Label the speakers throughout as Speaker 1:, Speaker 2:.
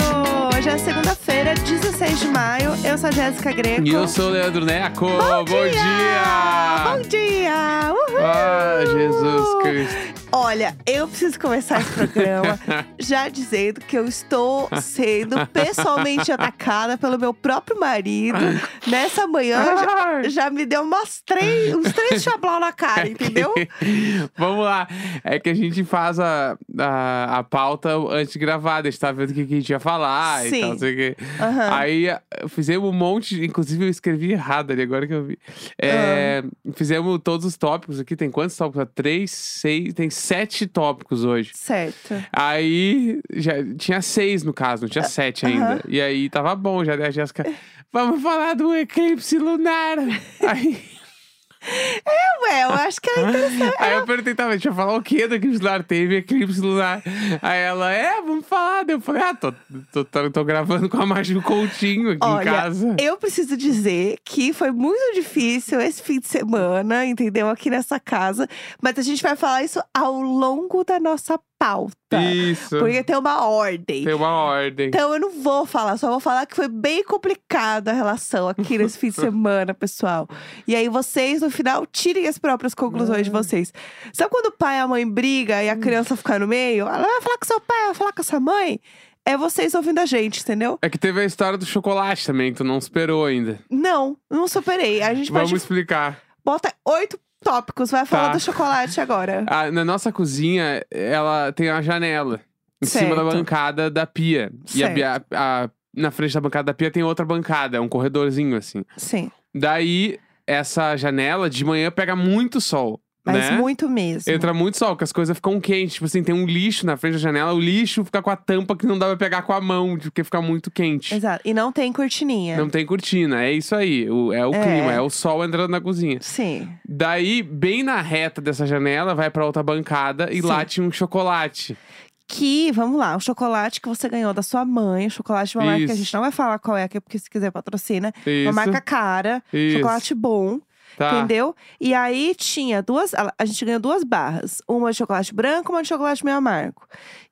Speaker 1: um é segunda-feira, 16 de maio. Eu sou a Jéssica Greco.
Speaker 2: E eu sou o Leandro Neco. Bom,
Speaker 1: Bom,
Speaker 2: dia!
Speaker 1: Bom dia! Uhul!
Speaker 2: Ah, Jesus Cristo.
Speaker 1: Olha, eu preciso começar esse programa já dizendo que eu estou sendo pessoalmente atacada pelo meu próprio marido. Nessa manhã já- já,
Speaker 2: Ai.
Speaker 1: me deu umas três, uns três chablau na cara, entendeu?
Speaker 2: Vamos lá. É que a gente faz a, a, a pauta antes de gravar, a gente tá vendo o que, que a gente ia falar
Speaker 1: Sim.
Speaker 2: e tal, não sei o quê.
Speaker 1: Aham.
Speaker 2: Aí a- fizemos um monte, inclusive eu escrevi errado ali, agora que eu vi. É, Fizemos todos os tópicos aqui, tem quantos tópicos? Três, seis, tem sete tópicos hoje.
Speaker 1: Certo.
Speaker 2: Aí já tinha seis, no caso, não tinha sete ainda.
Speaker 1: Ah, aham.
Speaker 2: E aí tava bom, já né, a Jéssica. Vamos falar do eclipse lunar. aí,
Speaker 1: Ué, é, eu acho que era interessante.
Speaker 2: aí eu perguntei, tá, mas deixa eu falar o que do eclipse lunar? Teve eclipse lunar. Aí ela, é, vamos falar. Daí Eu falei, ah, tô, tô, tô, tô gravando com a Maju Coutinho aqui em
Speaker 1: Olha,
Speaker 2: casa.
Speaker 1: eu preciso dizer que foi muito difícil esse fim de semana, entendeu? Aqui nessa casa. Mas a gente vai falar isso ao longo da nossa pauta.
Speaker 2: Isso.
Speaker 1: Porque tem uma ordem.
Speaker 2: Tem uma ordem.
Speaker 1: Então eu não vou falar, só vou falar que foi bem complicada a relação aqui nesse fim de semana, pessoal. E aí vocês, no final, tirem as próprias conclusões de vocês. Sabe quando o pai e a mãe brigam
Speaker 2: Hum.
Speaker 1: e a criança fica no meio? Ela vai falar com seu pai, vai falar com sua mãe? É vocês ouvindo a gente, entendeu?
Speaker 2: É que teve a história do chocolate também, que tu não superou ainda.
Speaker 1: Não, não superei. A gente
Speaker 2: Vamos
Speaker 1: pode
Speaker 2: explicar.
Speaker 1: bota oito tópicos, vai falar
Speaker 2: Tá.
Speaker 1: do chocolate agora.
Speaker 2: Ah, na nossa cozinha, ela tem uma janela em cima da
Speaker 1: Certo.
Speaker 2: bancada da pia. E a,
Speaker 1: Certo.
Speaker 2: bia- a- na frente da bancada da pia tem outra bancada, é um corredorzinho assim.
Speaker 1: Sim,
Speaker 2: Daí, essa janela de manhã pega muito sol.
Speaker 1: mas
Speaker 2: né?
Speaker 1: muito mesmo.
Speaker 2: Entra muito sol, porque as coisas ficam quentes. Tipo assim, tem um lixo na frente da janela, o lixo fica com a tampa que não dá pra pegar com a mão, porque fica muito quente.
Speaker 1: Exato. E não tem cortininha.
Speaker 2: Não tem cortina, é isso aí. o- é o
Speaker 1: É.
Speaker 2: clima, é o sol entrando na cozinha.
Speaker 1: Sim.
Speaker 2: Daí, bem na reta dessa janela, vai pra outra bancada e
Speaker 1: Sim.
Speaker 2: lá tinha um chocolate.
Speaker 1: Que, vamos lá, o chocolate que você ganhou da sua mãe, o chocolate de uma marca que a
Speaker 2: Isso.
Speaker 1: gente não vai falar qual é, que- porque se quiser patrocina.
Speaker 2: Isso.
Speaker 1: Uma marca cara,
Speaker 2: Isso.
Speaker 1: chocolate bom,
Speaker 2: Tá.
Speaker 1: entendeu? E aí tinha duas. a- A gente ganhou duas barras. Uma de chocolate branco, uma de chocolate meio amargo.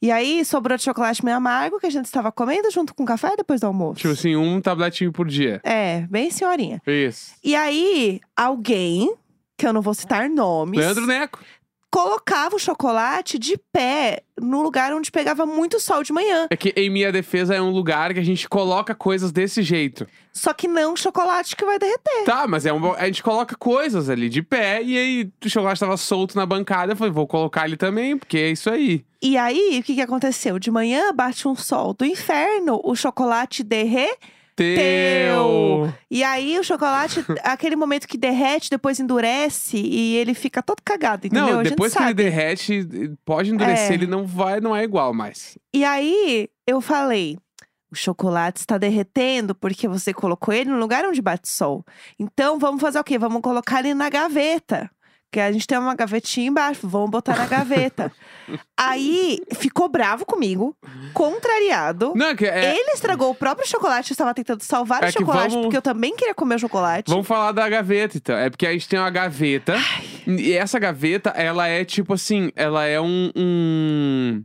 Speaker 1: E aí sobrou de chocolate meio amargo que a gente estava comendo junto com o café depois do almoço.
Speaker 2: Tipo assim, um tabletinho por dia.
Speaker 1: É, bem senhorinha.
Speaker 2: Isso.
Speaker 1: E aí, alguém, que eu não vou citar nomes,
Speaker 2: Leandro Neco.
Speaker 1: colocava o chocolate de pé no lugar onde pegava muito sol de manhã.
Speaker 2: É que em minha defesa é um lugar que a gente coloca coisas desse jeito.
Speaker 1: Só que não chocolate que vai derreter.
Speaker 2: Tá, mas é um, a gente coloca coisas ali de pé e aí o chocolate tava solto na bancada. Eu falei, vou colocar ali também, porque é isso aí.
Speaker 1: E aí, o que, que aconteceu? De manhã bate um sol do inferno, o chocolate derre.
Speaker 2: Teu!
Speaker 1: E aí, o chocolate, aquele momento que derrete, depois endurece e ele fica todo cagado, entendeu?
Speaker 2: Não,
Speaker 1: A gente
Speaker 2: depois que
Speaker 1: sabe.
Speaker 2: ele derrete, pode endurecer,
Speaker 1: É.
Speaker 2: ele não vai, não é igual mais.
Speaker 1: E aí, eu falei. O chocolate está derretendo porque você colocou ele no lugar onde bate sol. Então, vamos fazer o quê? Vamos colocar ele na gaveta. Que a gente tem uma gavetinha embaixo, vamos botar na gaveta. aí, ficou bravo comigo, contrariado.
Speaker 2: Não, é que é,
Speaker 1: Ele estragou o próprio chocolate, eu estava tentando salvar
Speaker 2: É
Speaker 1: o
Speaker 2: que
Speaker 1: chocolate,
Speaker 2: vamos-
Speaker 1: porque eu também queria comer o chocolate.
Speaker 2: Vamos falar da gaveta, então. É porque a gente tem uma gaveta. E essa gaveta, ela é tipo assim, ela é um. um...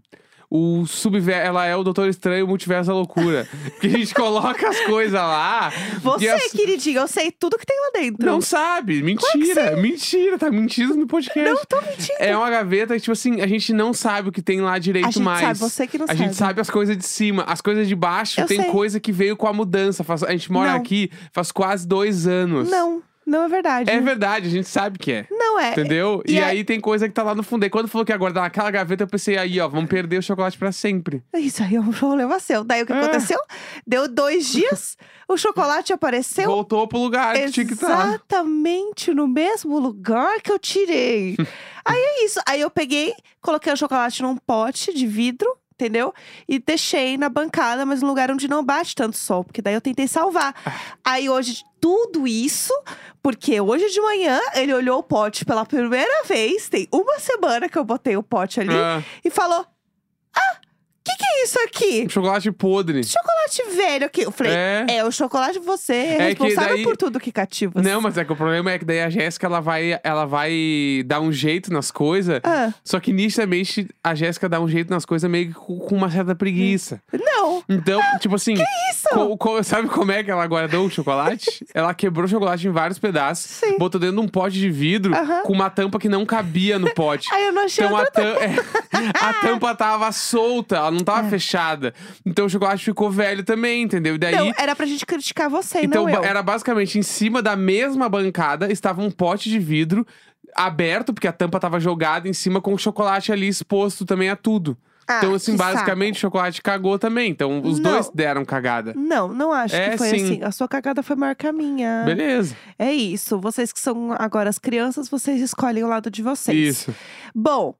Speaker 2: O subver... Ela é o Doutor Estranho Multiverso da Loucura. que a gente coloca as coisas lá.
Speaker 1: Você,
Speaker 2: e as-
Speaker 1: queridinha, eu sei tudo que tem lá dentro.
Speaker 2: Não sabe. Mentira. mentira. Tá mentindo no podcast.
Speaker 1: Não tô mentindo.
Speaker 2: É uma gaveta que, tipo assim, a gente não sabe o que tem lá direito
Speaker 1: a gente
Speaker 2: mais.
Speaker 1: sabe, você que não
Speaker 2: a gente sabe as coisas de cima. As coisas de baixo
Speaker 1: Eu
Speaker 2: tem
Speaker 1: sei.
Speaker 2: coisa que veio com a mudança. Faz- A gente mora
Speaker 1: Não.
Speaker 2: aqui faz quase dois anos.
Speaker 1: Não, não é verdade.
Speaker 2: É verdade, a gente sabe que é.
Speaker 1: Não é.
Speaker 2: Entendeu?
Speaker 1: e
Speaker 2: E,
Speaker 1: é-
Speaker 2: aí tem coisa que tá lá no fundo. E quando falou que ia guardar naquela gaveta, eu pensei, aí, ó, vamos perder o chocolate pra sempre.
Speaker 1: Isso aí é um problema seu. Daí o que
Speaker 2: É.
Speaker 1: aconteceu? Deu dois dias, o chocolate apareceu
Speaker 2: Voltou pro lugar que tinha que tá. estar.
Speaker 1: exatamente no mesmo lugar que eu tirei. aí é isso. Aí eu peguei, coloquei o chocolate num pote de vidro. Entendeu? E deixei na bancada, mas num lugar onde não bate tanto sol, porque daí eu tentei salvar.
Speaker 2: Ah.
Speaker 1: Aí hoje, tudo isso, porque hoje de manhã ele olhou o pote pela primeira vez, tem uma semana que eu botei o pote ali,
Speaker 2: Ah,
Speaker 1: e falou: Ah, que, que é isso aqui?
Speaker 2: um Chocolate podre.
Speaker 1: Tipo Chocolate velho aqui. Eu falei,
Speaker 2: É.
Speaker 1: é, o chocolate você é,
Speaker 2: É que
Speaker 1: responsável
Speaker 2: daí-
Speaker 1: por tudo que cativa.
Speaker 2: Não, mas é que o problema é que daí a Jéssica ela vai, ela vai dar um jeito nas coisas.
Speaker 1: Ah,
Speaker 2: Só que nitidamente a Jéssica dá um jeito nas coisas meio que com com uma certa preguiça.
Speaker 1: não,
Speaker 2: Então, tipo assim,
Speaker 1: isso.
Speaker 2: co- co- sabe como é que ela guardou o chocolate? ela quebrou o chocolate em vários pedaços,
Speaker 1: Sim.
Speaker 2: botou dentro de um pote de vidro
Speaker 1: Aham.
Speaker 2: com uma tampa que não cabia no pote.
Speaker 1: Aí eu não achei
Speaker 2: Então a,
Speaker 1: outra
Speaker 2: tam- é,
Speaker 1: Ah!
Speaker 2: a tampa tava solta, ela não
Speaker 1: É.
Speaker 2: tava fechada. Então o chocolate ficou velho também, entendeu? E daí.
Speaker 1: Não, era pra gente criticar você,
Speaker 2: então
Speaker 1: não eu.
Speaker 2: ba- era basicamente em cima da mesma bancada estava um pote de vidro aberto, porque a tampa tava jogada em cima com o chocolate ali exposto também a tudo.
Speaker 1: Ah,
Speaker 2: então, assim,
Speaker 1: que
Speaker 2: basicamente o chocolate cagou também. Então os
Speaker 1: Não.
Speaker 2: dois deram cagada.
Speaker 1: saco. Não, não acho
Speaker 2: É,
Speaker 1: que foi
Speaker 2: sim.
Speaker 1: assim. A sua cagada foi maior que a minha.
Speaker 2: Beleza.
Speaker 1: É isso. Vocês que são agora as crianças, vocês escolhem o lado de vocês.
Speaker 2: Isso.
Speaker 1: Bom,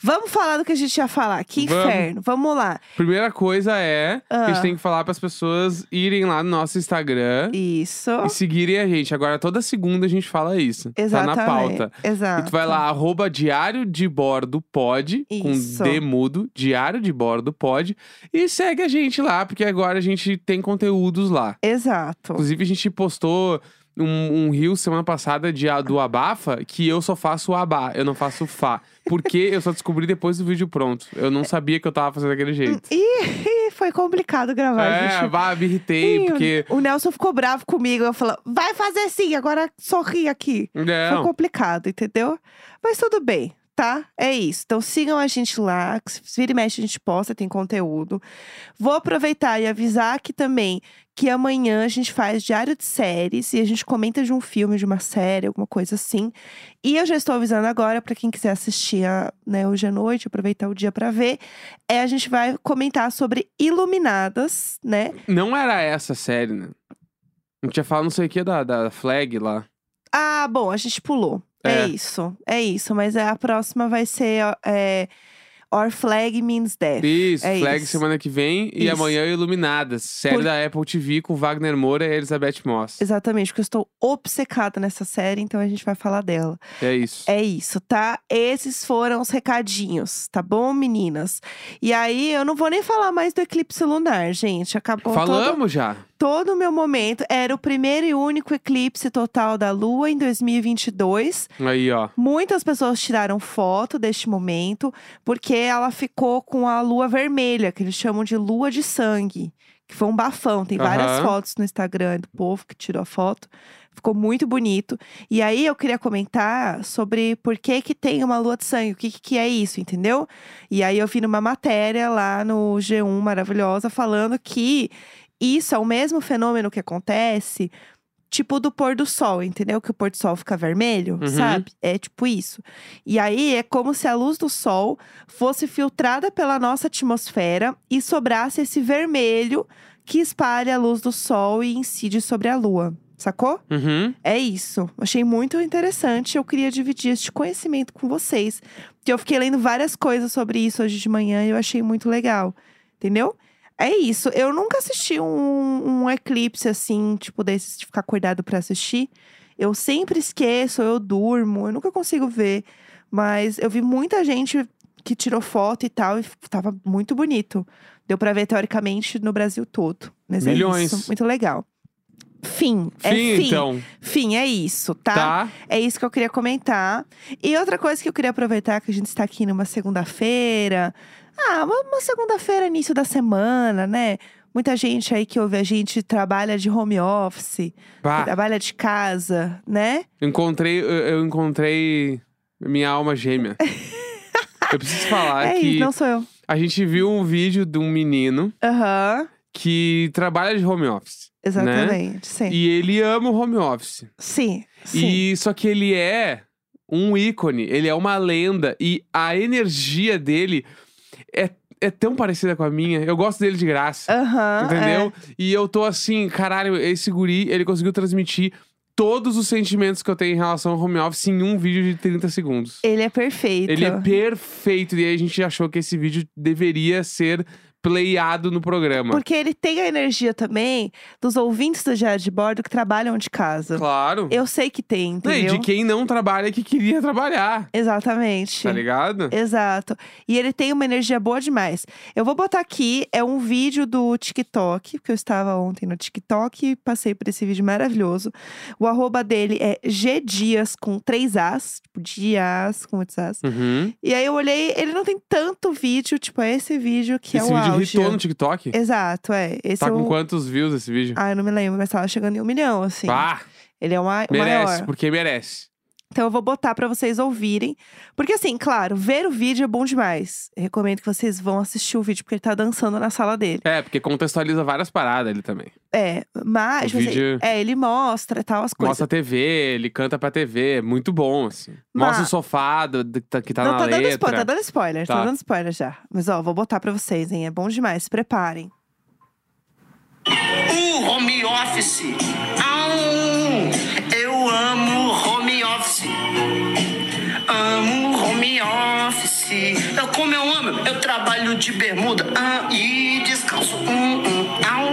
Speaker 1: vamos falar do que a gente ia falar. Que
Speaker 2: Vamos.
Speaker 1: inferno. Vamos lá.
Speaker 2: Primeira coisa é que a
Speaker 1: Ah.
Speaker 2: gente tem que falar para as pessoas irem lá no nosso Instagram
Speaker 1: Isso.
Speaker 2: e seguirem a gente. Agora, toda segunda a gente fala isso.
Speaker 1: Exatamente. Ah,
Speaker 2: Tá na pauta.
Speaker 1: Exato.
Speaker 2: E tu vai lá, arroba diário de bordo pod,
Speaker 1: Isso.
Speaker 2: com D mudo, diário de bordo pod, e segue a gente lá, porque agora a gente tem conteúdos lá.
Speaker 1: Exato.
Speaker 2: Inclusive, a gente postou um, um reel semana passada de, a- do Abafa, que eu só faço Abá, eu não faço Fá. Porque eu só descobri depois do vídeo pronto. Eu
Speaker 1: É,
Speaker 2: não sabia que eu tava fazendo daquele jeito.
Speaker 1: E foi complicado gravar,
Speaker 2: É,
Speaker 1: gente.
Speaker 2: vá, me irritei,
Speaker 1: Ih,
Speaker 2: porque.
Speaker 1: O Nelson ficou bravo comigo. Eu falei, vai fazer sim, agora sorri aqui. Foi
Speaker 2: Não,
Speaker 1: complicado, entendeu? Mas tudo bem, tá? É isso. Então sigam a gente lá. que se Vira e mexe, a gente posta, tem conteúdo. Vou aproveitar e avisar aqui também que amanhã a gente faz diário de séries e a gente comenta de um filme, de uma série, alguma coisa assim. E eu já estou avisando agora pra quem quiser assistir a- né, hoje à noite, aproveitar o dia pra ver. É, a gente vai comentar sobre Iluminadas, né?
Speaker 2: não era essa a série, né? Não tinha falado não sei o que da, da flag lá.
Speaker 1: Ah, bom, a gente pulou. É,
Speaker 2: É.
Speaker 1: isso, é isso. Mas a próxima vai ser ó, é, Our Flag Means Death.
Speaker 2: Isso,
Speaker 1: é
Speaker 2: flag
Speaker 1: isso.
Speaker 2: semana que vem e
Speaker 1: Isso.
Speaker 2: amanhã Iluminadas. Série
Speaker 1: Por-
Speaker 2: da Apple TV com Wagner Moura e Elizabeth Moss.
Speaker 1: Exatamente, porque eu estou obcecada nessa série, então a gente vai falar dela.
Speaker 2: É isso.
Speaker 1: É isso, tá? Esses foram os recadinhos, tá bom, meninas? E aí, eu não vou nem falar mais do eclipse lunar, gente. Acabou todo
Speaker 2: Falamos já.
Speaker 1: todo o meu momento. Era o primeiro e único eclipse total da Lua em 2022.
Speaker 2: Aí, ó.
Speaker 1: Muitas pessoas tiraram foto deste momento, porque ela ficou com a lua vermelha, que eles chamam de lua de sangue, que foi um bafão. Tem várias
Speaker 2: Aham.
Speaker 1: fotos no Instagram do povo que tirou a foto. Ficou muito bonito. E aí eu queria comentar sobre por que que tem uma lua de sangue, o que que é isso, entendeu? E aí eu vi numa matéria lá no G1 maravilhosa falando que isso é o mesmo fenômeno que acontece, tipo do pôr do sol, entendeu? Que o pôr do sol fica vermelho,
Speaker 2: Uhum.
Speaker 1: sabe? É tipo isso. E aí é como se a luz do sol fosse filtrada pela nossa atmosfera e sobrasse esse vermelho que espalha a luz do sol e incide sobre a lua. Sacou?
Speaker 2: Uhum.
Speaker 1: É isso. Achei muito interessante. Eu queria dividir este conhecimento com vocês. Porque eu fiquei lendo várias coisas sobre isso hoje de manhã e eu achei muito legal. Entendeu? É isso. Eu nunca assisti um, um eclipse assim, tipo, desses de ficar acordado pra assistir. Eu sempre esqueço, eu durmo, eu nunca consigo ver. Mas eu vi muita gente que tirou foto e tal, e f- tava muito bonito. Deu pra ver, teoricamente, no Brasil todo. Mas
Speaker 2: Milhões.
Speaker 1: é isso. Muito legal. Fim.
Speaker 2: Fim,
Speaker 1: É fim.
Speaker 2: então.
Speaker 1: Fim, é isso, tá?
Speaker 2: Tá?
Speaker 1: É isso que eu queria comentar. E outra coisa que eu queria aproveitar, que a gente está aqui numa segunda-feira. Ah, uma, uma segunda-feira, início da semana, né? Muita gente aí que ouve a gente trabalha de home office,
Speaker 2: Bah,
Speaker 1: trabalha de casa, né?
Speaker 2: encontrei, eu- eu encontrei minha alma gêmea. eu preciso falar
Speaker 1: é
Speaker 2: Ah, que
Speaker 1: isso, não sou eu.
Speaker 2: a gente viu um vídeo de um menino
Speaker 1: Aham,
Speaker 2: que trabalha de home office.
Speaker 1: exatamente. Sim.
Speaker 2: Né? E ele ama o home office.
Speaker 1: Sim, sim.
Speaker 2: E só que ele é um ícone, ele é uma lenda e a energia dele é, é tão parecida com a minha. Eu gosto dele de graça,
Speaker 1: Aham. é.
Speaker 2: entendeu? E eu tô assim, caralho, esse guri, ele conseguiu transmitir todos os sentimentos que eu tenho em relação ao home office em um vídeo de 30 segundos.
Speaker 1: é. Ele é perfeito.
Speaker 2: Ele é perfeito e aí a gente achou que esse vídeo deveria ser playado no programa.
Speaker 1: Porque ele tem a energia também dos ouvintes do Diário de Bordo que trabalham de casa.
Speaker 2: Claro.
Speaker 1: Eu sei que tem,
Speaker 2: Não, e
Speaker 1: entendeu?
Speaker 2: de quem não trabalha que queria trabalhar.
Speaker 1: Exatamente.
Speaker 2: Tá ligado?
Speaker 1: Exato. E ele tem uma energia boa demais. Eu vou botar aqui, é um vídeo do TikTok, porque eu estava ontem no TikTok e passei por esse vídeo maravilhoso. O arroba dele é gdias com três As, tipo, dias com muitos As.
Speaker 2: Uhum.
Speaker 1: E aí eu olhei, ele não tem tanto vídeo, tipo, é esse vídeo que
Speaker 2: esse vídeo
Speaker 1: é o auge.
Speaker 2: hitou no TikTok?
Speaker 1: Exato, é. Esse
Speaker 2: tá
Speaker 1: é
Speaker 2: com
Speaker 1: o...
Speaker 2: quantos views esse vídeo?
Speaker 1: Ah, eu não me lembro, mas tava chegando em um milhão, assim.
Speaker 2: Ah,
Speaker 1: Ele é o ma- o
Speaker 2: merece,
Speaker 1: maior.
Speaker 2: porque merece.
Speaker 1: Então eu vou botar pra vocês ouvirem. Porque assim, claro, ver o vídeo é bom demais. Eu recomendo que vocês vão assistir o vídeo, porque ele tá dançando na sala dele.
Speaker 2: É, porque contextualiza várias paradas ele também.
Speaker 1: É, mas...
Speaker 2: O
Speaker 1: tipo assim,
Speaker 2: vídeo-
Speaker 1: é, ele mostra tal as coisas.
Speaker 2: Mostra a TV, ele canta pra TV, é muito bom, assim. Mostra o
Speaker 1: Mas-
Speaker 2: sofá do- do- tá- que tá
Speaker 1: não,
Speaker 2: na
Speaker 1: tá dando
Speaker 2: letra.
Speaker 1: spoiler, tá dando spoiler, tá.
Speaker 2: Tá.
Speaker 1: dando spoiler já. Mas ó, vou botar pra vocês, hein, é bom demais, se preparem.
Speaker 3: O um home office. Au! Eu amo home office. Amo home office. Eu, como eu amo, eu trabalho de bermuda ah, e descanso hum, hum, au,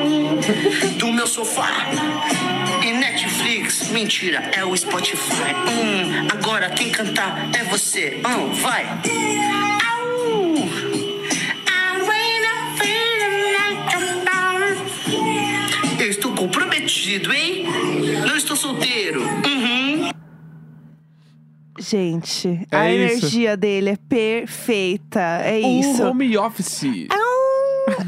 Speaker 3: do meu sofá. E Netflix, mentira, é o Spotify. Hum, agora quem cantar é você. Hum, vai. Au! Au, ainda eu estou comprometido, hein? Não estou solteiro. Uhum.
Speaker 1: Gente,
Speaker 2: É
Speaker 1: a
Speaker 2: isso.
Speaker 1: energia dele é perfeita, é isso.
Speaker 2: O home office.
Speaker 1: Au!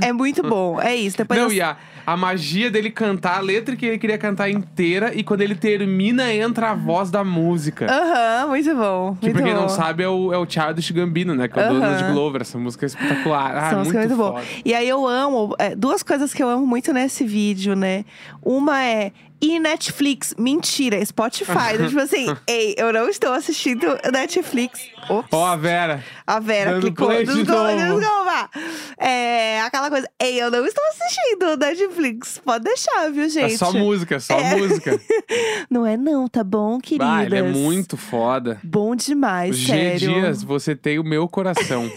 Speaker 1: É muito bom, é isso. Depois
Speaker 2: não,
Speaker 1: eu-
Speaker 2: e a, a magia dele cantar a letra que ele queria cantar inteira e quando ele termina, entra a voz da música.
Speaker 1: Aham, muito bom.
Speaker 2: Que pra
Speaker 1: Uhum. Ah, muito
Speaker 2: quem
Speaker 1: bom.
Speaker 2: não sabe é o, é o Childish Gambino, né? Que é o
Speaker 1: Aham.
Speaker 2: Donald Glover. Essa música é espetacular. Ah,
Speaker 1: São
Speaker 2: muito,
Speaker 1: muito bom.
Speaker 2: foda.
Speaker 1: E aí eu amo é, duas coisas que eu amo muito nesse vídeo, né? Uma é e Netflix, mentira, Spotify. Então, tipo assim, ei, eu não estou assistindo Netflix. Ops.
Speaker 2: Ó, a Vera.
Speaker 1: a Vera
Speaker 2: dando
Speaker 1: clicou.
Speaker 2: play de
Speaker 1: Desculpa,
Speaker 2: novo.
Speaker 1: desculpa. É aquela coisa. Ei, eu não estou assistindo Netflix. Pode deixar, viu, gente?
Speaker 2: É só música, é só
Speaker 1: É.
Speaker 2: música.
Speaker 1: Não é não, tá bom, queridas?
Speaker 2: Ah, ele é muito foda.
Speaker 1: Bom demais,
Speaker 2: G
Speaker 1: É sério.
Speaker 2: Dias, você tem o meu coração.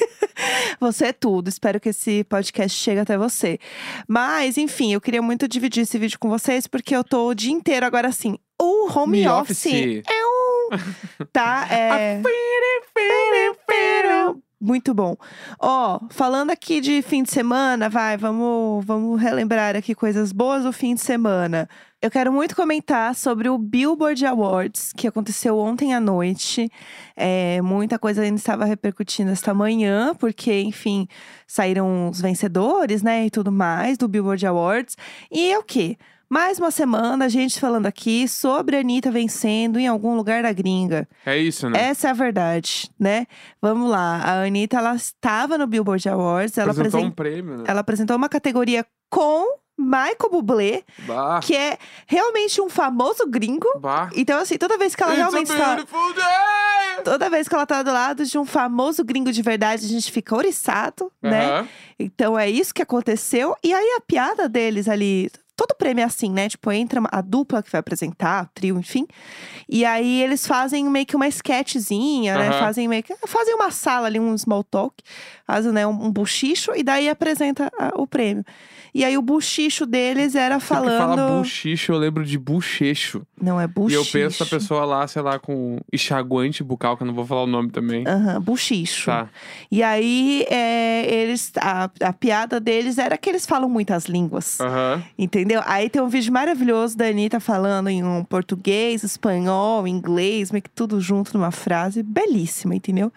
Speaker 1: Você é tudo. Espero que esse podcast chegue até você. Mas, enfim, eu queria muito dividir esse vídeo com vocês, porque eu tô o dia inteiro agora assim. O home
Speaker 2: Me
Speaker 1: office.
Speaker 2: office.
Speaker 1: é um. tá? É. Muito bom. Ó, falando aqui de fim de semana, vai, vamos, vamos relembrar aqui coisas boas do fim de semana. Eu quero muito comentar sobre o Billboard Awards, que aconteceu ontem à noite. É, muita coisa ainda estava repercutindo esta manhã, porque, enfim, saíram os vencedores, né, e tudo mais do Billboard Awards. E é o quê? Mais uma semana a gente falando aqui sobre a Anitta vencendo em algum lugar da gringa.
Speaker 2: é isso, né?
Speaker 1: Essa é a verdade, né? Vamos lá. A Anitta, ela estava no Billboard Awards. Ela,
Speaker 2: Apresentou
Speaker 1: apresen-
Speaker 2: um prêmio, né?
Speaker 1: ela apresentou uma categoria com Michael Bublé,
Speaker 2: Bah,
Speaker 1: que é realmente um famoso gringo.
Speaker 2: bah.
Speaker 1: Então, assim, toda vez que ela
Speaker 2: It's a
Speaker 1: realmente tá está...
Speaker 2: beautiful day!
Speaker 1: Toda vez que ela tá do lado de um famoso gringo de verdade, a gente fica oriçado, né?
Speaker 2: Aham.
Speaker 1: Então é isso que aconteceu. E aí a piada deles ali. Todo prêmio é assim, né? Tipo, entra uma- a dupla que vai apresentar, o trio, enfim. E aí eles fazem meio que uma sketchzinha, né?
Speaker 2: Aham.
Speaker 1: Fazem meio que. Fazem uma sala ali, um small talk, fazem, né, um, um buchicho, e daí apresenta a- o prêmio. E aí o buchicho deles era
Speaker 2: Sempre que
Speaker 1: falando.
Speaker 2: fala buchicho, eu lembro de bochecho.
Speaker 1: Não, é
Speaker 2: E
Speaker 1: buchicho.
Speaker 2: eu penso a pessoa lá, sei lá, com enxaguante bucal, que eu não vou falar o nome também.
Speaker 1: Aham, buchicho.
Speaker 2: Tá.
Speaker 1: E aí, é, eles, a, a piada deles era que eles falam muitas línguas.
Speaker 2: Aham.
Speaker 1: Entendeu? Aí tem um vídeo maravilhoso da Anitta falando em um português, espanhol, inglês, meio que tudo junto numa frase belíssima, entendeu?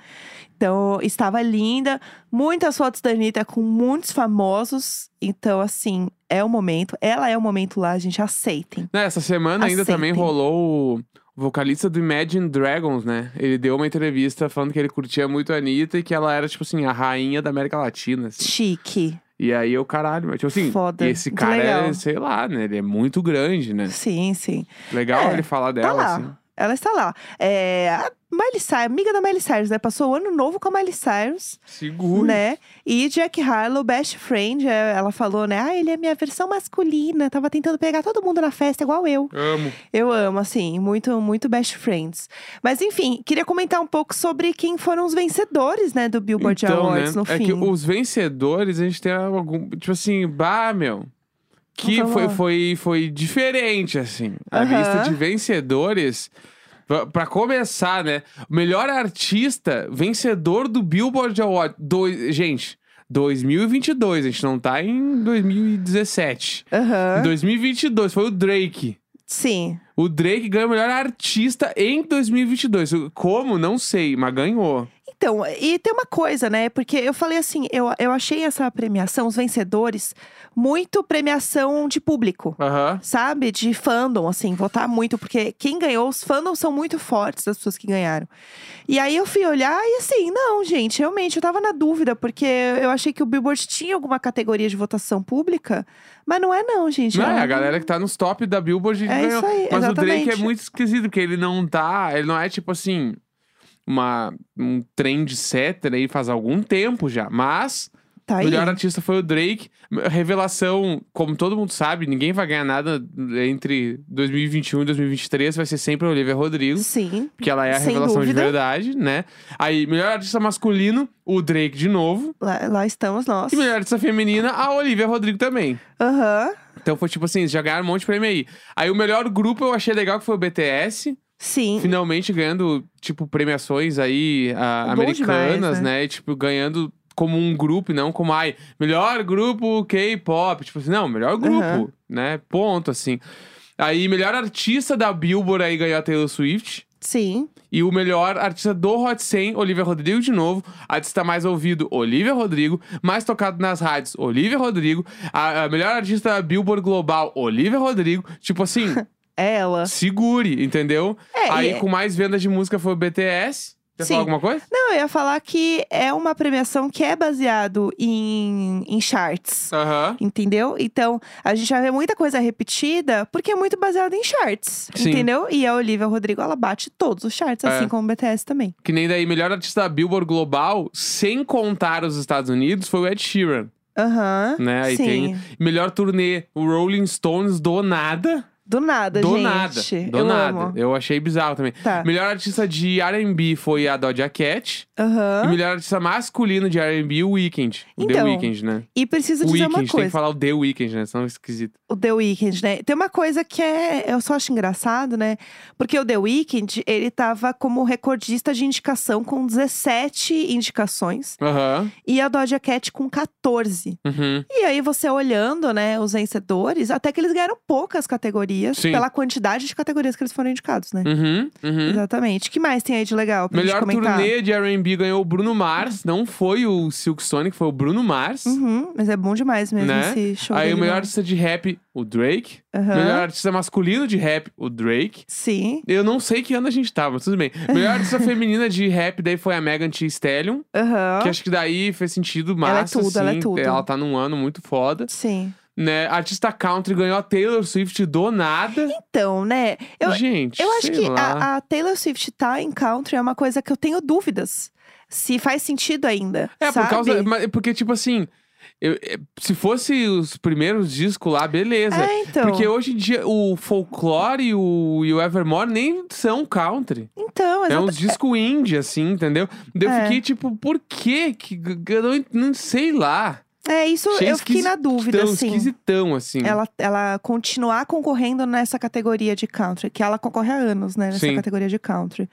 Speaker 1: Então, estava linda. Muitas fotos da Anitta com muitos famosos. Então, assim, é o momento. Ela é o momento lá, gente. Aceitem.
Speaker 2: Né, Essa semana ainda
Speaker 1: Aceitem.
Speaker 2: também rolou o vocalista do Imagine Dragons, né? Ele deu uma entrevista falando que ele curtia muito a Anitta e que ela era, tipo assim, a rainha da América Latina, assim.
Speaker 1: Chique.
Speaker 2: E aí eu, caralho, mas tipo assim,
Speaker 1: Foda,
Speaker 2: esse
Speaker 1: muito
Speaker 2: cara é,
Speaker 1: legal.
Speaker 2: sei lá, né? Ele é muito grande, né?
Speaker 1: Sim, sim.
Speaker 2: Legal
Speaker 1: É,
Speaker 2: ele falar
Speaker 1: Tá
Speaker 2: dela,
Speaker 1: lá.
Speaker 2: assim.
Speaker 1: Ela está lá. É, a Miley Cyrus, amiga da Miley Cyrus, né? Passou o ano novo com a Miley Cyrus,
Speaker 2: Seguro.
Speaker 1: né? E Jack Harlow, best friend, é, ela falou, né? Ah, ele é minha versão masculina, tava tentando pegar todo mundo na festa igual eu.
Speaker 2: Amo.
Speaker 1: Eu amo, assim, muito, muito best friends. Mas enfim, queria comentar um pouco sobre quem foram os vencedores, né, do Billboard
Speaker 2: então,
Speaker 1: Awards
Speaker 2: né?
Speaker 1: no
Speaker 2: é
Speaker 1: fim.
Speaker 2: que os vencedores, a gente tem algum. Tipo assim, bah, meu. Que
Speaker 1: Vamos
Speaker 2: foi,
Speaker 1: lá.
Speaker 2: foi, foi diferente, assim. A
Speaker 1: Aham.
Speaker 2: lista de vencedores. pra- Pra começar, né? O melhor artista vencedor do Billboard Award. Dois, gente, 2022. A gente não tá em 2017.
Speaker 1: Aham.
Speaker 2: Em 2022 foi o Drake.
Speaker 1: Sim.
Speaker 2: O Drake ganhou o melhor artista em 2022. Como? Não sei, mas ganhou.
Speaker 1: Então, e tem uma coisa, né? Porque eu falei assim, eu, eu achei essa premiação, os vencedores, muito premiação de público.
Speaker 2: Aham.
Speaker 1: Sabe? De fandom, assim, votar muito, porque quem ganhou, os fandoms são muito fortes das pessoas que ganharam. E aí eu fui olhar e assim, não, gente, realmente, eu tava na dúvida, porque eu achei que o Billboard tinha alguma categoria de votação pública, mas não é, não, gente.
Speaker 2: Não,
Speaker 1: Era
Speaker 2: é a
Speaker 1: um-
Speaker 2: galera que tá nos top da Billboard
Speaker 1: É
Speaker 2: ganhou.
Speaker 1: isso aí,
Speaker 2: Mas o Drake é
Speaker 1: exatamente.
Speaker 2: muito esquisito, porque ele não tá. Ele não é tipo assim. Uma, um trend setter aí faz algum tempo já. Mas
Speaker 1: Tá
Speaker 2: o
Speaker 1: aí.
Speaker 2: melhor artista foi o Drake. Revelação, como todo mundo sabe, ninguém vai ganhar nada entre 2021 e 2023. Vai ser sempre a Olivia Rodrigo.
Speaker 1: Sim.
Speaker 2: Porque ela é a
Speaker 1: Sem
Speaker 2: revelação
Speaker 1: dúvida.
Speaker 2: de verdade, né? Aí, melhor artista masculino, o Drake de novo.
Speaker 1: Lá, lá estamos nós.
Speaker 2: E melhor artista feminina, a Olivia Rodrigo também.
Speaker 1: Aham.
Speaker 2: Então foi tipo assim, eles já ganharam um monte de prêmio aí. Aí o melhor grupo eu achei legal que foi o BTS.
Speaker 1: Sim.
Speaker 2: Finalmente ganhando, tipo, premiações aí ah,
Speaker 1: Bom
Speaker 2: americanas,
Speaker 1: demais,
Speaker 2: né? E, tipo, ganhando como um grupo e não como, ai, melhor grupo K-pop. Tipo assim, não,
Speaker 1: Uhum.
Speaker 2: melhor grupo,
Speaker 1: Aham.
Speaker 2: né? Ponto, assim. Aí, melhor artista da Billboard aí ganhou a Taylor Swift.
Speaker 1: Sim.
Speaker 2: E o melhor artista do Hot 100, Olivia Rodrigo de novo. Artista mais ouvido, Olivia Rodrigo. Mais tocado nas rádios, Olivia Rodrigo. A, a melhor artista da Billboard Global, Olivia Rodrigo. Tipo assim,
Speaker 1: É ela.
Speaker 2: segure, entendeu?
Speaker 1: É,
Speaker 2: Aí
Speaker 1: e-
Speaker 2: com mais vendas de música foi o BTS. Quer
Speaker 1: Sim.
Speaker 2: falar alguma coisa?
Speaker 1: Não, eu ia falar que é uma premiação que é baseado em, em charts.
Speaker 2: Aham.
Speaker 1: Entendeu? Então, a gente vai ver muita coisa repetida, porque é muito baseado em charts.
Speaker 2: Sim.
Speaker 1: Entendeu? E a Olivia Rodrigo, ela bate todos os charts,
Speaker 2: É.
Speaker 1: assim como o BTS também.
Speaker 2: Que nem daí, melhor artista da Billboard Global, sem contar os Estados Unidos, foi o Ed Sheeran,
Speaker 1: Aham.
Speaker 2: né? Aí
Speaker 1: Sim.
Speaker 2: tem melhor turnê, o Rolling Stones do nada.
Speaker 1: Do nada,
Speaker 2: do
Speaker 1: gente.
Speaker 2: nada. Do
Speaker 1: eu
Speaker 2: nada.
Speaker 1: amo.
Speaker 2: Eu achei bizarro também.
Speaker 1: Tá.
Speaker 2: Melhor artista de R&B foi a Doja Cat.
Speaker 1: Aham.
Speaker 2: E melhor artista masculino de R&B, o Weeknd. O The
Speaker 1: Então,
Speaker 2: Weeknd, né?
Speaker 1: E preciso
Speaker 2: O
Speaker 1: dizer uma
Speaker 2: Weeknd, tem
Speaker 1: coisa.
Speaker 2: que falar o The Weeknd, né? Senão é esquisito.
Speaker 1: o The Weeknd, né? Tem uma coisa que é, eu só acho engraçado, né? Porque o The Weeknd, ele tava como recordista de indicação com 17 indicações
Speaker 2: Aham.
Speaker 1: e a Doja Cat com 14.
Speaker 2: Uhum.
Speaker 1: E aí você olhando, né, os vencedores, até que eles ganharam poucas categorias
Speaker 2: Sim.
Speaker 1: pela quantidade de categorias que eles foram indicados, né?
Speaker 2: Uhum. Uhum.
Speaker 1: Exatamente. que mais tem aí de legal pra
Speaker 2: Melhor
Speaker 1: gente comentar?
Speaker 2: turnê de R&B ganhou o Bruno Mars. Não foi o Silk Sonic, foi o Bruno Mars.
Speaker 1: Uhum, mas é bom demais mesmo
Speaker 2: Né?
Speaker 1: esse show.
Speaker 2: Aí
Speaker 1: dele
Speaker 2: o melhor
Speaker 1: lá.
Speaker 2: artista de rap, o Drake.
Speaker 1: Aham.
Speaker 2: Melhor artista masculino de rap, o Drake.
Speaker 1: Sim.
Speaker 2: Eu não sei que ano a gente tava, mas tudo bem. Melhor artista feminina de rap daí foi a Megan Thee Stallion.
Speaker 1: Aham.
Speaker 2: Que acho que daí fez sentido, mas
Speaker 1: Ah. Ela é tudo, ela é tudo.
Speaker 2: ela tá num ano muito foda.
Speaker 1: Sim.
Speaker 2: Né? Artista country ganhou a Taylor Swift do nada.
Speaker 1: Então, né? Eu,
Speaker 2: Gente,
Speaker 1: Eu acho
Speaker 2: sei
Speaker 1: que
Speaker 2: lá.
Speaker 1: a, a Taylor Swift tá em country é uma coisa que eu tenho dúvidas. Se faz sentido ainda.
Speaker 2: É,
Speaker 1: sabe?
Speaker 2: por causa... mas- Porque, tipo assim... eu- é, se fosse os primeiros discos lá, beleza.
Speaker 1: É, então.
Speaker 2: Porque hoje em dia o folclore e o, e o Evermore nem são country.
Speaker 1: Então,
Speaker 2: É
Speaker 1: exata-
Speaker 2: uns discos indie, assim, entendeu? Daí eu
Speaker 1: É.
Speaker 2: fiquei tipo, por que que. Eu não, não sei lá.
Speaker 1: é isso
Speaker 2: Achei
Speaker 1: eu fiquei na dúvida,
Speaker 2: esquisitão,
Speaker 1: assim.
Speaker 2: esquisitão, assim.
Speaker 1: Ela, ela continuar concorrendo nessa categoria de country, que ela concorre há anos, né? Nessa
Speaker 2: Sim.
Speaker 1: categoria de country.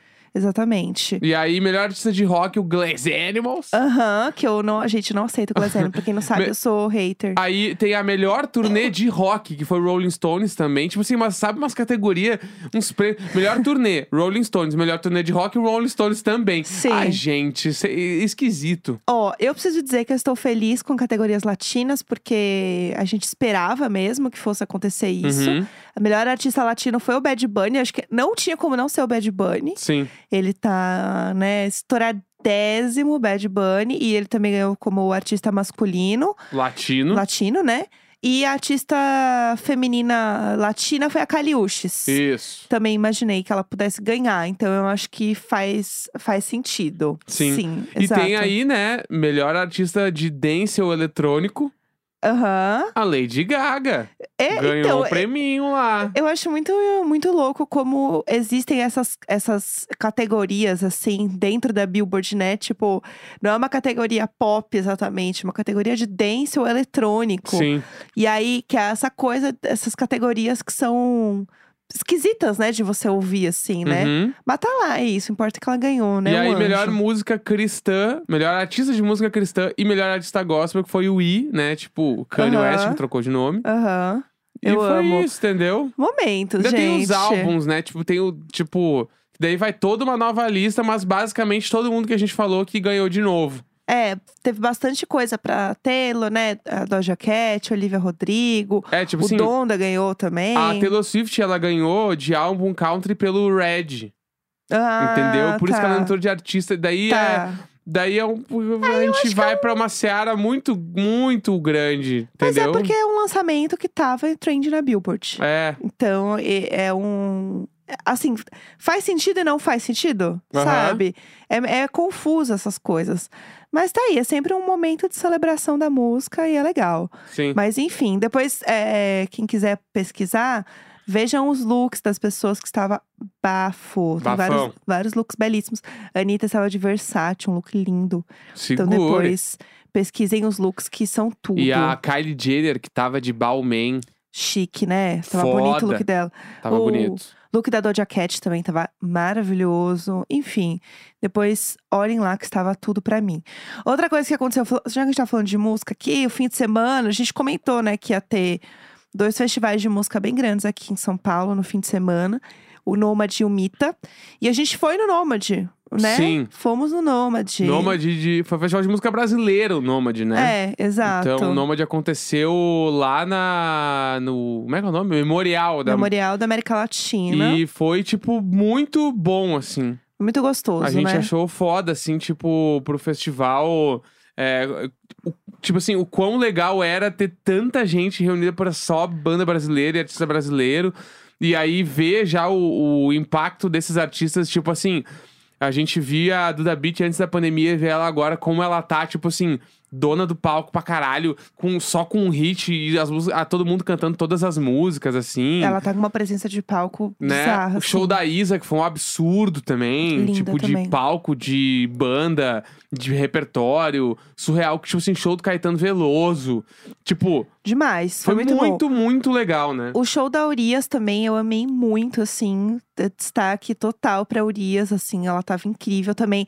Speaker 1: Exatamente.
Speaker 2: E aí, melhor artista de rock, o Glass Animals.
Speaker 1: Aham, que eu não. A gente não aceita o Glazeno. pra quem não sabe,
Speaker 2: Me-
Speaker 1: eu sou hater.
Speaker 2: Aí tem a melhor turnê de rock, que foi Rolling Stones também. Tipo assim, mas sabe umas categorias, uns prêmios. Melhor turnê, Rolling Stones. Melhor turnê de rock, Rolling Stones também.
Speaker 1: Sim.
Speaker 2: Ai, gente, isso é esquisito.
Speaker 1: Ó, eu preciso dizer que eu estou feliz com categorias latinas, porque a gente esperava mesmo que fosse acontecer isso.
Speaker 2: Uhum,
Speaker 1: A melhor artista latino foi o Bad Bunny. Acho que não tinha como não ser o Bad Bunny.
Speaker 2: Sim.
Speaker 1: Ele tá, né, estouradésimo Bad Bunny. E ele também ganhou como artista masculino,
Speaker 2: Latino.
Speaker 1: latino, né? E a artista feminina latina foi a Caliuches.
Speaker 2: Isso.
Speaker 1: Também imaginei que ela pudesse ganhar, então eu acho que faz, faz sentido.
Speaker 2: Sim. E
Speaker 1: exato.
Speaker 2: tem aí, né, melhor artista de dance ou eletrônico,
Speaker 1: Aham.
Speaker 2: a Lady Gaga.
Speaker 1: É,
Speaker 2: Ganhou
Speaker 1: então,
Speaker 2: o preminho lá.
Speaker 1: Eu acho muito, muito louco como existem essas, essas categorias, assim, dentro da Billboard, né? Tipo, não é uma categoria pop exatamente, é uma categoria de dance ou eletrônico.
Speaker 2: Sim.
Speaker 1: E aí, que é essa coisa, essas categorias que são esquisitas, né? De você ouvir, assim, né?
Speaker 2: Uhum.
Speaker 1: Mas tá lá, é isso, importa que ela ganhou, né?
Speaker 2: e
Speaker 1: um
Speaker 2: aí,
Speaker 1: anjo.
Speaker 2: melhor música cristã, melhor artista de música cristã e melhor artista gospel, que foi o I, né? Tipo, o Kanye
Speaker 1: Aham.
Speaker 2: West, que trocou de nome.
Speaker 1: Aham.
Speaker 2: e
Speaker 1: eu
Speaker 2: foi
Speaker 1: amo.
Speaker 2: isso, entendeu?
Speaker 1: Momentos,
Speaker 2: Ainda
Speaker 1: gente.
Speaker 2: tem os álbuns, né? Tipo, tem o. Tipo. Daí vai toda uma nova lista, mas basicamente todo mundo que a gente falou que ganhou de novo.
Speaker 1: É, teve bastante coisa pra Taylor, né? A Doja Cat, Olivia Rodrigo.
Speaker 2: É, tipo
Speaker 1: o
Speaker 2: assim.
Speaker 1: Donda ganhou também.
Speaker 2: A Taylor Swift, ela ganhou de álbum country pelo Red,
Speaker 1: Ah,
Speaker 2: entendeu? Por isso que
Speaker 1: tá.
Speaker 2: ela entrou de artista. Daí é,
Speaker 1: Tá.
Speaker 2: daí é um, a gente vai pra uma seara muito, muito grande,
Speaker 1: Mas
Speaker 2: entendeu?
Speaker 1: é porque é um lançamento que tava em trend na Billboard.
Speaker 2: É,
Speaker 1: Então, e- é um. Assim, faz sentido e não faz sentido,
Speaker 2: Aham.
Speaker 1: sabe? É, é confuso essas coisas. Mas tá aí, é sempre um momento de celebração da música e é legal.
Speaker 2: sim.
Speaker 1: Mas enfim, depois, é, quem quiser pesquisar, vejam os looks das pessoas que estava bafo.
Speaker 2: Bafão.
Speaker 1: Tem vários, vários looks belíssimos. A Anitta estava de Versace, um look lindo.
Speaker 2: Segure.
Speaker 1: Então depois, pesquisem os looks que são tudo.
Speaker 2: E a Kylie Jenner, que tava de Balmain,
Speaker 1: Chique, né? Tava
Speaker 2: Foda.
Speaker 1: bonito o look dela.
Speaker 2: tava
Speaker 1: O-
Speaker 2: bonito.
Speaker 1: O look da Doja Cat também tava maravilhoso. Enfim, depois olhem lá que estava tudo pra mim. Outra coisa que aconteceu, fal- já que a gente tá falando de música aqui, o fim de semana, a gente comentou, né, que ia ter dois festivais de música bem grandes aqui em São Paulo no fim de semana. O Nomad e o Mita. E a gente foi no Nomad, né?
Speaker 2: Sim.
Speaker 1: Fomos no Nomad.
Speaker 2: Nomad de. Foi um festival de música brasileiro, Nomad, né?
Speaker 1: É, exato.
Speaker 2: Então, o Nomad aconteceu lá na. No, como é que é o nome? Memorial da
Speaker 1: Memorial da América Latina.
Speaker 2: E foi, tipo, muito bom, assim.
Speaker 1: Muito gostoso,
Speaker 2: a gente
Speaker 1: né?
Speaker 2: achou foda, assim, tipo, pro festival. é, o- tipo assim, o quão legal era ter tanta gente reunida por só banda brasileira e artista brasileiro. E aí ver já o, o impacto desses artistas, tipo assim. A gente via a Duda Beat antes da pandemia e vê ela agora como ela tá, tipo assim, dona do palco pra caralho, com, só com um hit e as, músicas- ah, todo mundo cantando todas as músicas, assim
Speaker 1: Ela tá com uma presença de palco
Speaker 2: né?
Speaker 1: bizarra.
Speaker 2: o show
Speaker 1: assim.
Speaker 2: da Isa, que foi um absurdo também.
Speaker 1: Linda
Speaker 2: tipo,
Speaker 1: também.
Speaker 2: de palco, de banda, de repertório. Surreal, que tipo assim, show do Caetano Veloso. Tipo,
Speaker 1: Demais. Foi,
Speaker 2: foi,
Speaker 1: muito, bom.
Speaker 2: muito, muito legal, né?
Speaker 1: O show da Urias também eu amei muito, assim. d- Destaque total pra Urias, assim. Ela tava incrível também.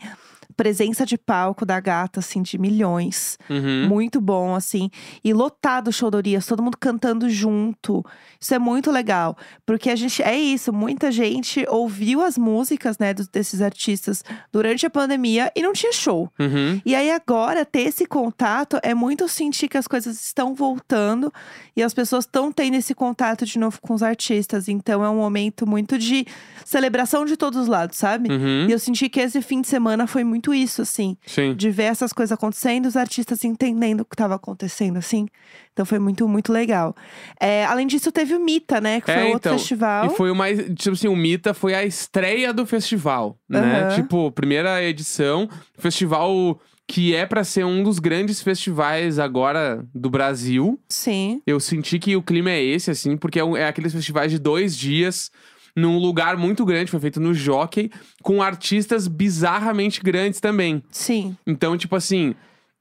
Speaker 1: Presença de palco da gata, assim, de milhões.
Speaker 2: Uhum.
Speaker 1: Muito bom, assim. E lotado o show da Urias, todo mundo cantando junto. Isso é muito legal. Porque a gente. É isso, muita gente ouviu as músicas, né, dos- desses artistas durante a pandemia e não tinha show.
Speaker 2: Uhum.
Speaker 1: E aí agora ter esse contato é muito sentir que as coisas estão voltando e as pessoas estão tendo esse contato de novo com os artistas. Então é um momento muito de celebração de todos os lados, sabe?
Speaker 2: Uhum.
Speaker 1: E eu senti que esse fim de semana foi muito isso, assim.
Speaker 2: Sim.
Speaker 1: De ver essas coisas acontecendo, os artistas entendendo o que estava acontecendo, assim. Então foi muito, muito legal. É, além disso, teve o Mita, né? Que
Speaker 2: É,
Speaker 1: foi outro
Speaker 2: então,
Speaker 1: festival.
Speaker 2: E foi o mais. Tipo assim, o Mita foi a estreia do festival, né?
Speaker 1: Aham.
Speaker 2: Tipo, primeira edição. Festival que é pra ser um dos grandes festivais agora do Brasil.
Speaker 1: Sim.
Speaker 2: Eu senti que o clima é esse, assim, porque é, um- é aqueles festivais de dois dias, num lugar muito grande, foi feito no Jockey, com artistas bizarramente grandes também.
Speaker 1: Sim.
Speaker 2: Então, tipo assim,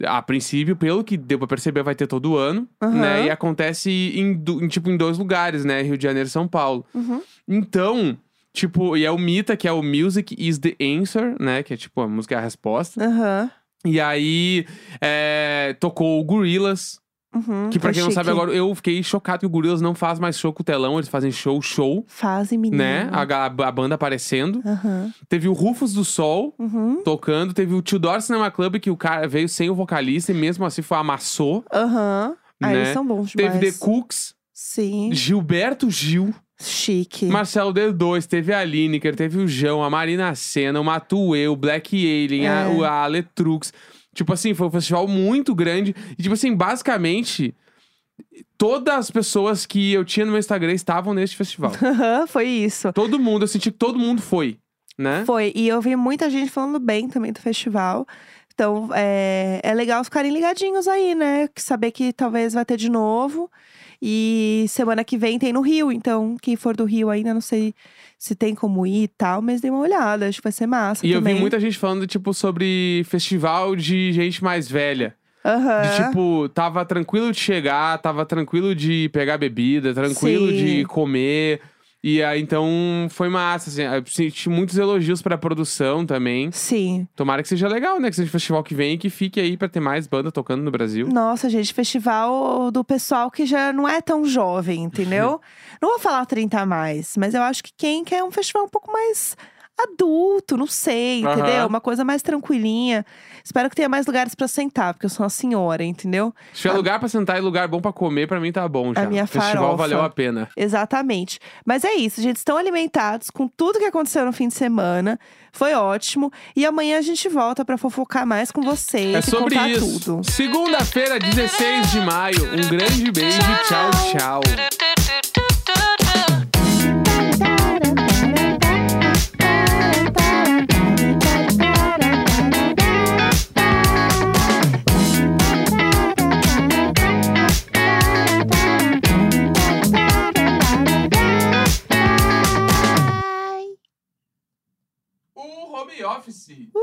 Speaker 2: a princípio, pelo que deu pra perceber, vai ter todo ano,
Speaker 1: Aham.
Speaker 2: né? E acontece em, du- em, tipo, em dois lugares, né? Rio de Janeiro e São Paulo.
Speaker 1: Uhum.
Speaker 2: Então, tipo, e é o Mita, que é o Music is the Answer, né? Que é tipo, a música é a resposta.
Speaker 1: Aham.
Speaker 2: E aí, é, tocou o Gorillaz,
Speaker 1: Uhum.
Speaker 2: que pra
Speaker 1: Foi
Speaker 2: quem não sabe
Speaker 1: chique.
Speaker 2: agora, eu fiquei chocado que o Gorillaz não faz mais show com o telão, eles fazem show, show,
Speaker 1: Fazem, menino.
Speaker 2: né? A, ga- a banda aparecendo.
Speaker 1: Aham.
Speaker 2: Teve o Rufus do Sol
Speaker 1: Uhum.
Speaker 2: tocando, teve o Tudor Cinema Club, que o cara veio sem o vocalista e mesmo assim foi amassou.
Speaker 1: Aham. Ah, eles
Speaker 2: Né?
Speaker 1: são bons demais.
Speaker 2: Teve The Cooks,
Speaker 1: Sim.
Speaker 2: Gilberto Gil,
Speaker 1: Chique.
Speaker 2: Marcelo D2, teve a Lineker, teve o João, a Marina Senna, o Matuê, o Black Alien, a-
Speaker 1: É.
Speaker 2: o- a, Letrux. Tipo assim, foi um festival muito grande. E, tipo assim, basicamente. Todas as pessoas que eu tinha no meu Instagram estavam neste festival.
Speaker 1: Aham, Foi isso.
Speaker 2: todo mundo, eu senti que todo mundo foi, né?
Speaker 1: Foi. E eu vi muita gente falando bem também do festival. Então, é, é legal ficarem ligadinhos aí, né? Que Saber que talvez vai ter de novo. E semana que vem tem no Rio. Então, quem for do Rio ainda, não sei se tem como ir e tal. Mas dê uma olhada, acho que vai ser massa
Speaker 2: E eu
Speaker 1: também.
Speaker 2: vi muita gente falando, tipo, sobre festival de gente mais velha.
Speaker 1: Aham.
Speaker 2: De tipo, tava tranquilo de chegar, tava tranquilo de pegar bebida, tranquilo
Speaker 1: Sim.
Speaker 2: de comer. E aí, então, foi massa, assim. Eu senti muitos elogios pra produção também.
Speaker 1: Sim.
Speaker 2: Tomara que seja legal, né? Que seja um festival que vem e que fique aí pra ter mais banda tocando no Brasil.
Speaker 1: Nossa, gente, festival do pessoal que já não é tão jovem,
Speaker 2: Uhum.
Speaker 1: entendeu? não vou falar 30 a mais, mas eu acho que quem quer um festival um pouco mais adulto, não sei,
Speaker 2: Aham.
Speaker 1: entendeu? Uma coisa mais tranquilinha. Espero que tenha mais lugares pra sentar, porque eu sou uma senhora, entendeu?
Speaker 2: Se tiver lugar pra sentar e lugar bom pra comer, pra mim tá bom já.
Speaker 1: minha
Speaker 2: o festival
Speaker 1: farofa.
Speaker 2: valeu a pena.
Speaker 1: Exatamente. Mas é isso, gente. Estão alimentados com tudo que aconteceu no fim de semana. Foi ótimo. E amanhã a gente volta pra fofocar mais com vocês
Speaker 2: É
Speaker 1: e
Speaker 2: sobre
Speaker 1: contar
Speaker 2: isso.
Speaker 1: tudo.
Speaker 2: Segunda-feira, 16 de maio. Um grande beijo. tchau. tchau.
Speaker 1: Bye.
Speaker 2: O home office.
Speaker 1: Uh!